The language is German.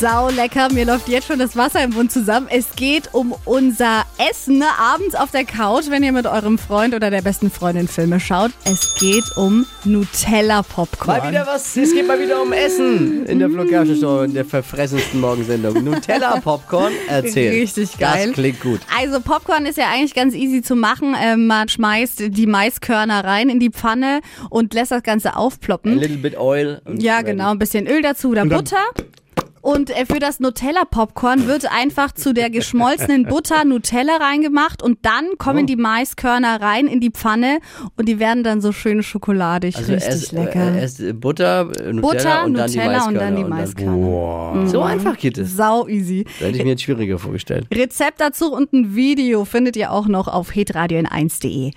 Sau lecker, mir läuft jetzt schon das Wasser im Mund zusammen. Es geht um unser Essen ne? abends auf der Couch, wenn ihr mit eurem Freund oder der besten Freundin Filme schaut. Es geht um Mal Nutella-Popcorn. wieder was, es geht mal wieder um Essen in der Blockage-Show, in der verfressensten Morgensendung. Nutella-Popcorn, erzähl. Richtig geil. Das klingt gut. Also Popcorn ist ja eigentlich ganz easy zu machen. Ähm, man schmeißt die Maiskörner rein in die Pfanne und lässt das Ganze A aufploppen. little bit oil. und Ja, ready. genau. Ein bisschen Öl dazu oder Butter. Und äh, für das Nutella-Popcorn wird einfach zu der geschmolzenen Butter Nutella reingemacht und dann Oh. kommen die Maiskörner rein in die Pfanne und die werden dann so schön schokoladig. Also Richtig erst, lecker. Äh, erst Butter, äh, Nutella, Butter, und, dann Nutella und dann die Mhm. die Maiskörner. Maiskörner. boah. So einfach geht es. Sau easy. Da hätte ich mir jetzt schwieriger vorgestellt. Rezept dazu und ein Video findet ihr auch noch auf hitradio1.de.